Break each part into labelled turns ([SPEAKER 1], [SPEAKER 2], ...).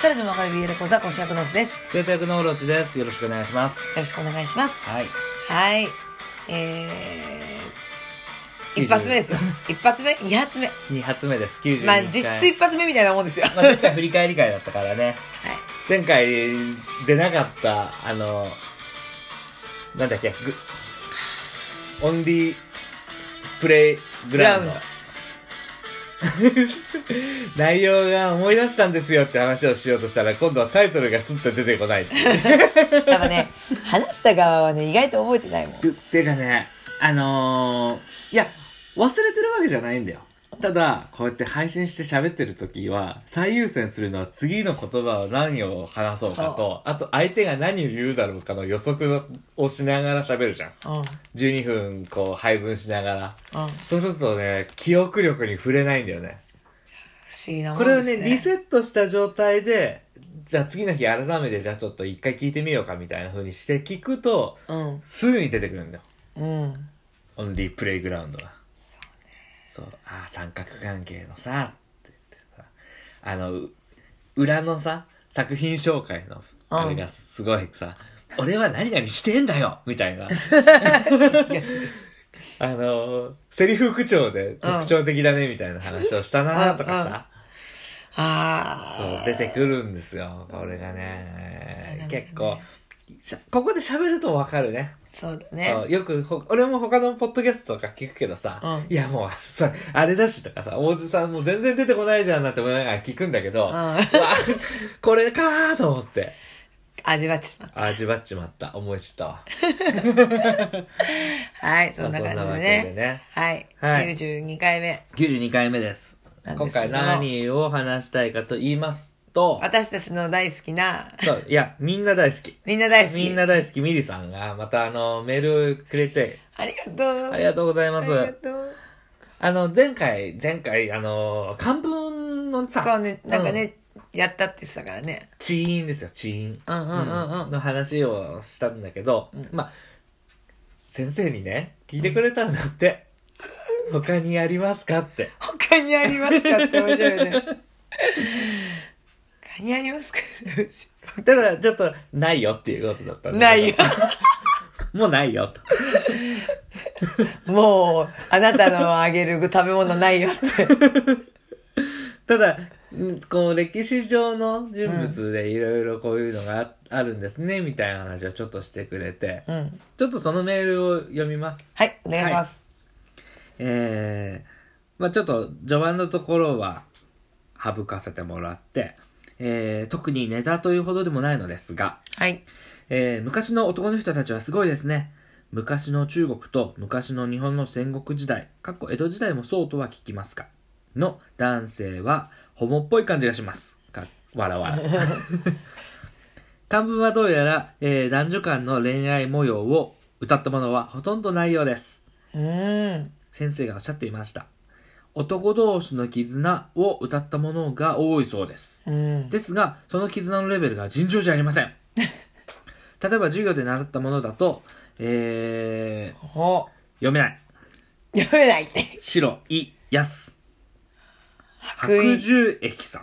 [SPEAKER 1] さらにもわかる BL 講座講師役のずですよ
[SPEAKER 2] 生徒役のオロチです。よろしくお願いします。
[SPEAKER 1] ろしくお願いします
[SPEAKER 2] はい。
[SPEAKER 1] はいえー、一発目ですよ一発目二発目
[SPEAKER 2] 二発目です。92回。
[SPEAKER 1] まあ実質一発目みたいなもんですよ
[SPEAKER 2] まあ前回振り返り会だったからね。
[SPEAKER 1] はい
[SPEAKER 2] 前回出なかった、あの、なんだっけ、グオンリープレイグラウンド
[SPEAKER 1] グラ。
[SPEAKER 2] 内容が思い出したんですよって話をしようとしたら今度はタイトルがスッと出てこないっていう
[SPEAKER 1] やっぱね話した側はね意外と覚えてないもん
[SPEAKER 2] ててかねあのーいや忘れてるわけじゃないんだよただこうやって配信して喋ってる時は最優先するのは次の言葉を何を話そうかとあと相手が何を言うだろうかの予測をしながら喋るじゃん
[SPEAKER 1] うん
[SPEAKER 2] 12分こう配分しながら
[SPEAKER 1] うん、不思
[SPEAKER 2] そうするとね記憶力に触れないんだよね
[SPEAKER 1] 議なも
[SPEAKER 2] こ
[SPEAKER 1] ん
[SPEAKER 2] れを
[SPEAKER 1] です
[SPEAKER 2] ね
[SPEAKER 1] ね
[SPEAKER 2] リセットした状態でじゃあ次の日改めてじゃあちょっと一回聞いてみようかみたいな風にして聞くと
[SPEAKER 1] うん
[SPEAKER 2] すぐに出てくるんだよ
[SPEAKER 1] うん
[SPEAKER 2] オンリープレイグラウンドはそう,、ああ三角関係のさって言ってさあのう裏のさ作品紹介の
[SPEAKER 1] うん
[SPEAKER 2] あれがすごいさ「俺は何々してんだよ!」みたい なあのセリフ口調で特徴的だねみたいな話をしたなとかさ、
[SPEAKER 1] ああ
[SPEAKER 2] そう出てくるんですよこれがね
[SPEAKER 1] なかなかね
[SPEAKER 2] 結構しゃここで喋るとわかるね
[SPEAKER 1] そうだね
[SPEAKER 2] そうよくほ、俺も他のポッドキャストとか聞くけどさ、
[SPEAKER 1] う
[SPEAKER 2] いやもうさ、あれだしとかさ、大津さんもう全然出てこないじゃんなんて思いながら聞くんだけど、
[SPEAKER 1] う
[SPEAKER 2] わ
[SPEAKER 1] ん
[SPEAKER 2] これかーと思って、
[SPEAKER 1] 味わっちまっ
[SPEAKER 2] 味わっちまった、思い知ったわ。
[SPEAKER 1] たはいそんな
[SPEAKER 2] まあ
[SPEAKER 1] 感じ
[SPEAKER 2] わ
[SPEAKER 1] で
[SPEAKER 2] け
[SPEAKER 1] ね
[SPEAKER 2] ね。
[SPEAKER 1] はい、
[SPEAKER 2] はい
[SPEAKER 1] 92回目
[SPEAKER 2] 92回目です。
[SPEAKER 1] なんです
[SPEAKER 2] 今
[SPEAKER 1] けども
[SPEAKER 2] 回何を話したいかと言いますと、
[SPEAKER 1] 私たちの大好きな
[SPEAKER 2] そう、いや、みんな大好き。
[SPEAKER 1] みんな大好き
[SPEAKER 2] みんな大好き、ミリさんが、またあの、メールくれて、
[SPEAKER 1] ありがとう
[SPEAKER 2] ありがとうござい
[SPEAKER 1] あ
[SPEAKER 2] ま
[SPEAKER 1] り
[SPEAKER 2] す。
[SPEAKER 1] がとう
[SPEAKER 2] あの、前回、前回、あの、漢文のさ、
[SPEAKER 1] そうねなんかね、やったって言ってたからね
[SPEAKER 2] チーンですよ、チーン。
[SPEAKER 1] うんうんうんうん
[SPEAKER 2] の話をしたんだけど、まあ、先生にね、聞いてくれたんだって。他にありますかって。
[SPEAKER 1] 他にありますかって面白いね 他にありますか
[SPEAKER 2] だから、ちょっと、ないよっていうことだったんだ
[SPEAKER 1] な
[SPEAKER 2] けど
[SPEAKER 1] いよ。
[SPEAKER 2] もうないよと。
[SPEAKER 1] もうあなたのあげる食べ物ないよって
[SPEAKER 2] ただ、んこう、歴史上の人物でいろいろこういうのがああるんですね、みたいな話をちょっとしてくれて、
[SPEAKER 1] うん
[SPEAKER 2] ちょっとそのメールを読みます。
[SPEAKER 1] はいお願いします、
[SPEAKER 2] えー、まあちょっと序盤のところは省かせてもらって、えー、特にネタというほどでもないのですが、
[SPEAKER 1] はい。
[SPEAKER 2] えー昔の男の人たちはすごいですね。昔の中国と昔の日本の戦国時代、かっこ江戸時代もそうとは聞きますかの男性はホモっぽい感じがします。かわらわら。漢文はどうやら、えー男女間の恋愛模様を歌ったものはほとんどないようです。
[SPEAKER 1] うーん。
[SPEAKER 2] 先生がおっしゃっていました男同士の絆を歌ったものが多いそうです
[SPEAKER 1] うん。
[SPEAKER 2] ですがその絆のレベルが尋常じゃありませ ん例えば授業で習ったものだとえー、
[SPEAKER 1] お、
[SPEAKER 2] 読めない
[SPEAKER 1] 読めないって。
[SPEAKER 2] 白いやす
[SPEAKER 1] 白
[SPEAKER 2] 白
[SPEAKER 1] 衣。
[SPEAKER 2] 獣駅さん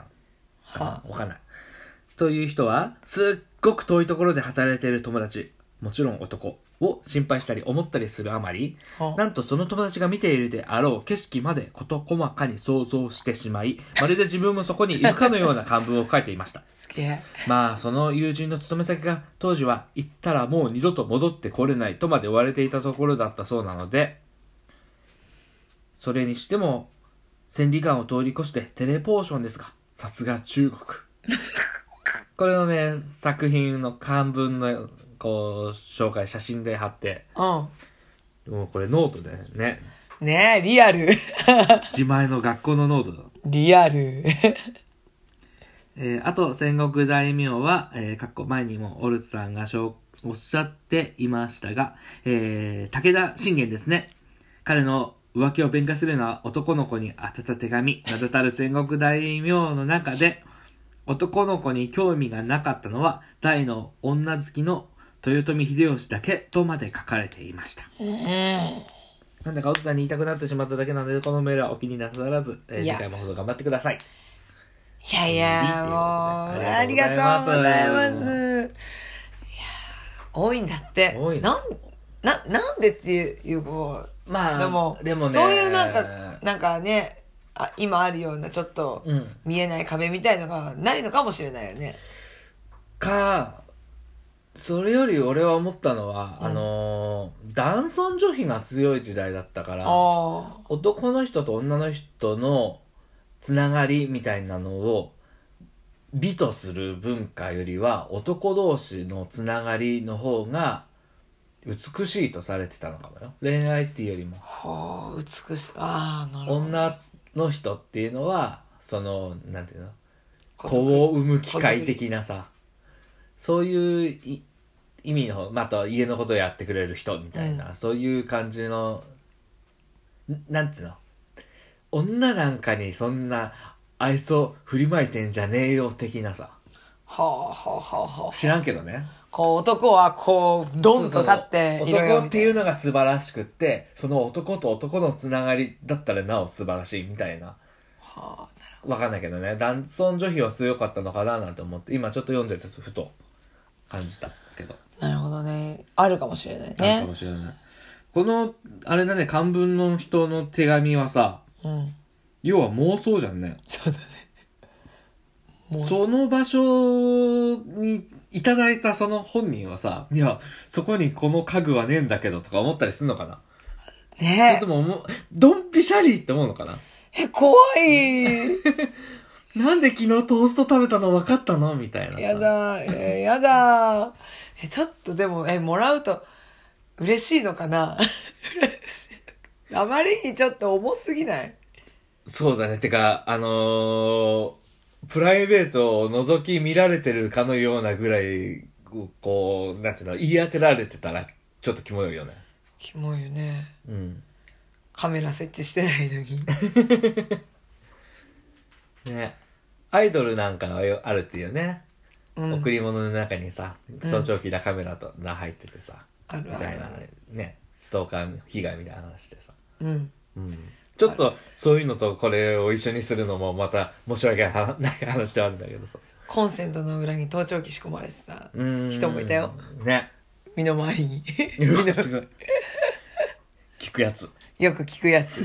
[SPEAKER 1] は
[SPEAKER 2] かなわかんないという人はすっごく遠いところで働いている友達もちろん男を心配したり思ったりするあまり
[SPEAKER 1] は
[SPEAKER 2] なんとその友達が見ているであろう景色まで事細かに想像してしまい、まるで自分もそこにいるかのような漢文を書いていました。
[SPEAKER 1] すげえ。
[SPEAKER 2] まあ、その友人の勤め先が当時は行ったらもう二度と戻ってこれないとまで言われていたところだったそうなので、それにしても、千里眼を通り越してテレポーションですが、さすが中国。これのね、作品の漢文の、こう、紹介、写真で貼って、
[SPEAKER 1] うん。
[SPEAKER 2] もうこれノートでね、
[SPEAKER 1] ねえ、リアル。
[SPEAKER 2] 自前の学校のノートだ。
[SPEAKER 1] リアル。
[SPEAKER 2] えーあと、戦国大名は、えー、かっこ前にもオルツさんがしょうおっしゃっていましたが、えー武田信玄ですね。彼の浮気を弁解するような男の子に宛てた手紙、名だたる戦国大名の中で、男の子に興味がなかったのは、大の女好きの豊臣秀吉だけとまで書かれていました。
[SPEAKER 1] うん。
[SPEAKER 2] なんだかオルツさんに言いたくなってしまっただけなので、このメールはお気になさらず、えー
[SPEAKER 1] いや
[SPEAKER 2] 次回も放送頑張ってください。
[SPEAKER 1] いやいや、もう、あ
[SPEAKER 2] あ
[SPEAKER 1] り
[SPEAKER 2] り
[SPEAKER 1] が
[SPEAKER 2] が
[SPEAKER 1] と
[SPEAKER 2] と
[SPEAKER 1] う
[SPEAKER 2] う
[SPEAKER 1] ござ
[SPEAKER 2] ござ
[SPEAKER 1] い
[SPEAKER 2] い
[SPEAKER 1] ま
[SPEAKER 2] ます
[SPEAKER 1] す。いやー多いんだって。
[SPEAKER 2] 多い
[SPEAKER 1] なん、な、なんでっていう、こう、
[SPEAKER 2] まあ
[SPEAKER 1] でも、
[SPEAKER 2] でもね
[SPEAKER 1] そういうなんか、なんかね、あ今あるようなちょっと
[SPEAKER 2] うん
[SPEAKER 1] 見えない壁みたいのがないのかもしれないよね。
[SPEAKER 2] かそれより俺は思ったのは、あのー男尊女卑が強い時代だったから
[SPEAKER 1] あ
[SPEAKER 2] 男の人と女の人のつながりみたいなのを美とする文化よりは男同士のつながりの方が美しいとされてたのかもよ恋愛っていうよりも
[SPEAKER 1] あ、ほう、美しい。ああ、なるほど。
[SPEAKER 2] 女の人っていうのはそのなんていうの
[SPEAKER 1] こ
[SPEAKER 2] 子を産む機械的なさそういうい意味の方また家のことをやってくれる人みたいな、そういう感じのんなんつうの女なんかにそんな愛想振りまいてんじゃねえよ的なさ
[SPEAKER 1] はあ、はあ、はあ、はあ。
[SPEAKER 2] 知らんけどね
[SPEAKER 1] こう、男はこう、ドンと立って
[SPEAKER 2] そう
[SPEAKER 1] い
[SPEAKER 2] そう
[SPEAKER 1] ろいろ
[SPEAKER 2] 男っていうのが素晴らしくってその男と男のつながりだったらなお素晴らしいみたいな
[SPEAKER 1] はあ、なる
[SPEAKER 2] わかんないけどね男尊女卑は強かったのかななんて思って今ちょっと読んでてふと感じたけど
[SPEAKER 1] なるほどね。あるかもしれない
[SPEAKER 2] あるか
[SPEAKER 1] ね
[SPEAKER 2] も。しれないこのあれだね漢文の人の手紙はさ
[SPEAKER 1] うん。
[SPEAKER 2] 要は妄想じゃんね
[SPEAKER 1] そうだね。妄想
[SPEAKER 2] その場所にいただいたその本人はさいやそこにこの家具はねえんだけどとか思ったりすんのかなそれ
[SPEAKER 1] ね
[SPEAKER 2] とももうドンピシャリって思うのかな
[SPEAKER 1] え。え、怖い。
[SPEAKER 2] なんで昨日トースト食べたの分かったのみたいなさ
[SPEAKER 1] やだ、えーやだ。え、ちょっとでも、え、もらうと嬉しいのかな あまりにちょっと重すぎない
[SPEAKER 2] そうだね。てか、あのープライベートを覗き見られてるかのようなぐらい、こう、なんていうの、言い当てられてたら、ちょっとキモいよね。
[SPEAKER 1] キモいよね。
[SPEAKER 2] うん。
[SPEAKER 1] カメラ設置してないのに。
[SPEAKER 2] ね。アイドルなんかはよあるっていうね。
[SPEAKER 1] うん。
[SPEAKER 2] 贈り物の中にさ、盗聴器だカメラとが入っててさ、
[SPEAKER 1] あ
[SPEAKER 2] み
[SPEAKER 1] るある
[SPEAKER 2] たいな、ね。ストーカー被害みたいな話でさ。
[SPEAKER 1] うん。
[SPEAKER 2] うん。ちょっと、そういうのとこれを一緒にするのもまた申し訳ない話ではあるんだけどさ。
[SPEAKER 1] コンセントの裏に盗聴器仕込まれてた
[SPEAKER 2] うん。
[SPEAKER 1] 人もいたよ。。
[SPEAKER 2] ね。
[SPEAKER 1] 身の回りに。
[SPEAKER 2] うわすごい。聞くやつ。
[SPEAKER 1] よく聞くやつ。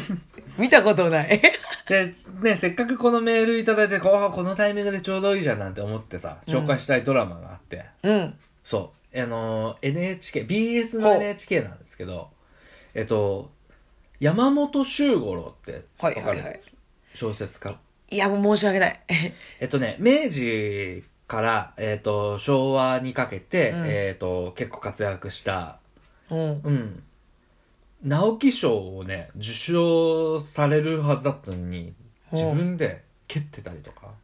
[SPEAKER 1] 見たことない。
[SPEAKER 2] で、ね、せっかくこのメールいただいて、こうこのタイミングでちょうどいいじゃんなんて思ってさ、紹介したいドラマがあって、
[SPEAKER 1] うん。
[SPEAKER 2] そう、あのー、NHK、BS
[SPEAKER 1] ほ
[SPEAKER 2] の
[SPEAKER 1] う
[SPEAKER 2] NHK なんですけど、えっと、山本周五郎って、
[SPEAKER 1] はい
[SPEAKER 2] わか
[SPEAKER 1] はい
[SPEAKER 2] る
[SPEAKER 1] はい。
[SPEAKER 2] 小説家。
[SPEAKER 1] いや、もう申し訳ない。
[SPEAKER 2] えっとね、明治から、えっと、昭和にかけて、
[SPEAKER 1] うん
[SPEAKER 2] えっと、結構活躍した
[SPEAKER 1] うん。
[SPEAKER 2] うん。直木賞をね、受賞されるはずだったのに、
[SPEAKER 1] ほう
[SPEAKER 2] 自分で蹴ってたりとか、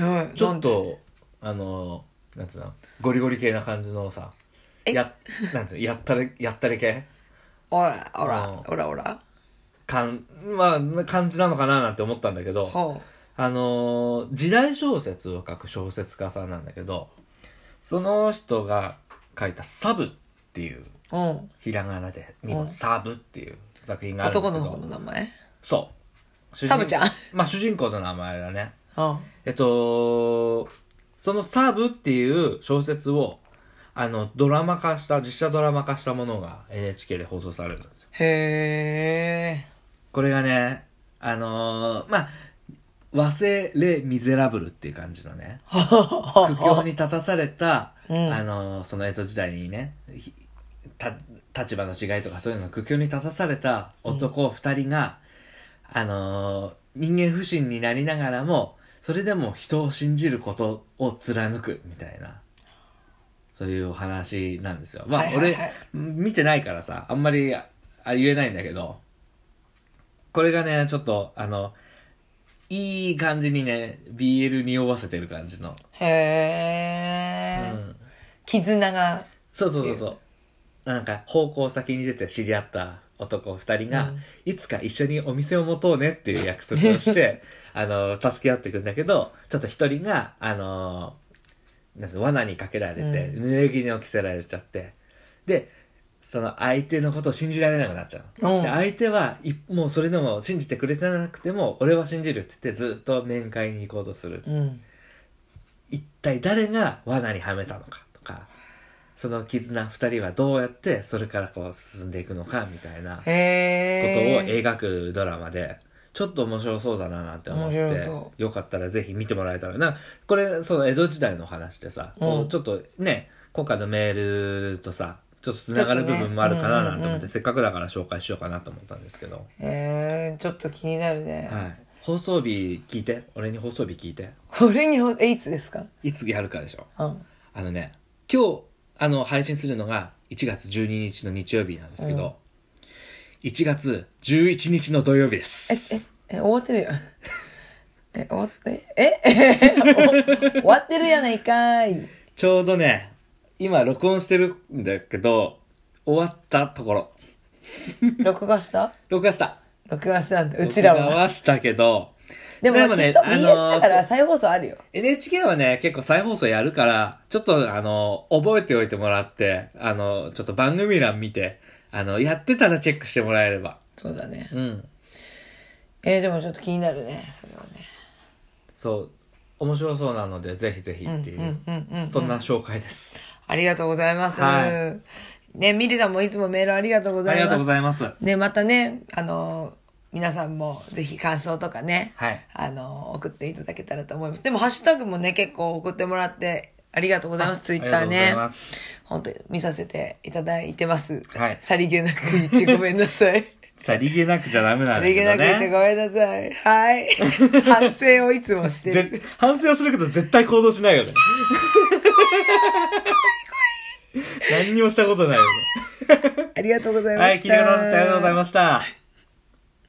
[SPEAKER 1] はい
[SPEAKER 2] ちょっ。と、あの、なんつうの、ゴリゴリ系な感じのさ、
[SPEAKER 1] え
[SPEAKER 2] や、なんつうの、やったれ、やったれ系
[SPEAKER 1] おい、おら、
[SPEAKER 2] うん
[SPEAKER 1] おらおら。
[SPEAKER 2] 感、まあ、感じなのかななんて思ったんだけど、
[SPEAKER 1] ほ
[SPEAKER 2] あのー時代小説を書く小説家さんなんだけど、その人が書いたサブっていう、
[SPEAKER 1] う。うん。
[SPEAKER 2] ひらがなで見
[SPEAKER 1] う
[SPEAKER 2] る
[SPEAKER 1] ん
[SPEAKER 2] サブっていう作品があるんだけ
[SPEAKER 1] 男
[SPEAKER 2] ど。
[SPEAKER 1] の方の名前
[SPEAKER 2] そう。主人
[SPEAKER 1] サブちゃん
[SPEAKER 2] まあ主人公の名前だね。
[SPEAKER 1] うん。
[SPEAKER 2] えっと、そのサブっていう小説を、あの、ドラマ化した、実写ドラマ化したものが NHK で放送されるんですよ。
[SPEAKER 1] へえ。
[SPEAKER 2] これがね、あのーまあ、和製レ・ミゼラブルっていう感じのね、苦境に立たされた、
[SPEAKER 1] うん
[SPEAKER 2] あのーその江戸時代にね、ひた立場の違いとかそういうの苦境に立たされた男二人が、あのー人間不信になりながらも、それでも人を信じることを貫くみたいな、そういうお話なんですよ。まあ、
[SPEAKER 1] はいはいはい
[SPEAKER 2] 俺、見てないからさ、あんまりあ言えないんだけど、これがね、ちょっと、あの、いい感じにね、BL に匂わせてる感じの。
[SPEAKER 1] へ
[SPEAKER 2] う
[SPEAKER 1] え。
[SPEAKER 2] ん。
[SPEAKER 1] 絆が。
[SPEAKER 2] そうそうそうそう。なんか、方向先に出て知り合った男二人が、
[SPEAKER 1] うん
[SPEAKER 2] いつか一緒にお店を持とうねっていう約束 をして、あの、助け合っていくんだけど、ちょっと一人が、あの、なんて罠にかけられて、
[SPEAKER 1] う
[SPEAKER 2] 濡れ衣を着せられちゃって、で、そその相手のことを信じられなくなっちゃうの、
[SPEAKER 1] うん
[SPEAKER 2] で相手はいもうそれでも信じてくれてなくても俺は信じるって言ってずっと面会に行こうとする、
[SPEAKER 1] うん。
[SPEAKER 2] 一体誰が罠にはめたのかとかその絆2人はどうやってそれからこう進んでいくのかみたいなことを
[SPEAKER 1] へえ。
[SPEAKER 2] 描くドラマでちょっと面白そうだななんて思っ
[SPEAKER 1] 面白
[SPEAKER 2] て
[SPEAKER 1] そ
[SPEAKER 2] よかったらぜひ見てもらえたらなこれその江戸時代の話でさ、こう
[SPEAKER 1] うん
[SPEAKER 2] ちょっとね今回のメールとさちょっとつながる部分もあるかななんて思っ
[SPEAKER 1] ちょっとねうんうんうん
[SPEAKER 2] て、せっかくだから紹介しようかなと思ったんですけど、
[SPEAKER 1] えー、ちょっと気になるね。
[SPEAKER 2] はい、放送日聞いて俺に放送日聞いて
[SPEAKER 1] 俺にほ、え、いつですか
[SPEAKER 2] いつやるかでしょ
[SPEAKER 1] うん。
[SPEAKER 2] あのね、今日、あの、配信するのが1月12日の日曜日なんですけど、1月11日の土曜日です。
[SPEAKER 1] え、え、え、終わってるよ。 え、終わって、ええ 終わってるやないかーい。
[SPEAKER 2] ちょうどね、今録音してるんだけど、終わったところ。
[SPEAKER 1] 録画した
[SPEAKER 2] 録画した。
[SPEAKER 1] 録画したんだ。うちら
[SPEAKER 2] 録画
[SPEAKER 1] は。
[SPEAKER 2] はしたけど、
[SPEAKER 1] でも、
[SPEAKER 2] でもね
[SPEAKER 1] きっと
[SPEAKER 2] あの
[SPEAKER 1] BS だから再放送あるよ。
[SPEAKER 2] NHK はね、結構再放送やるから、ちょっとあの、覚えておいてもらって、あの、ちょっと番組欄見て、あの、やってたらチェックしてもらえれば。
[SPEAKER 1] そうだね。
[SPEAKER 2] うん。
[SPEAKER 1] えー、でもちょっと気になるね。それはね。
[SPEAKER 2] そう面白そうなのでぜひぜひっていう,、
[SPEAKER 1] うんうんうんうんうん
[SPEAKER 2] そんな紹介です、
[SPEAKER 1] ありがとうございます。
[SPEAKER 2] は
[SPEAKER 1] ね、ミリさんもいつもメールありがとうご
[SPEAKER 2] あ
[SPEAKER 1] ざ
[SPEAKER 2] り
[SPEAKER 1] い
[SPEAKER 2] がと
[SPEAKER 1] ま
[SPEAKER 2] うご
[SPEAKER 1] す。
[SPEAKER 2] ざいます
[SPEAKER 1] ね、またね、あの、皆さんもぜひ感想とかね、
[SPEAKER 2] はい
[SPEAKER 1] あの、送っていただけたらと思います。でも、ハッシュタグもね、結構送ってもらって、ありがとうございます。ツイッター
[SPEAKER 2] ありが
[SPEAKER 1] ね
[SPEAKER 2] とうござい。ます
[SPEAKER 1] 本当に見させていただいてます。
[SPEAKER 2] はい
[SPEAKER 1] さりげなく言ってごめんなさ い。
[SPEAKER 2] さりげなくじゃダメな
[SPEAKER 1] さ
[SPEAKER 2] んだ
[SPEAKER 1] り
[SPEAKER 2] け
[SPEAKER 1] げ
[SPEAKER 2] ど
[SPEAKER 1] なく言って
[SPEAKER 2] ね
[SPEAKER 1] ごめんなさい。はい。 反省をいつもしてる。
[SPEAKER 2] ぜ反省をするけど絶対行動しないよね何にもしたことないよね
[SPEAKER 1] ありがとうございま
[SPEAKER 2] はい聞い
[SPEAKER 1] してた。
[SPEAKER 2] くださってありがとうございました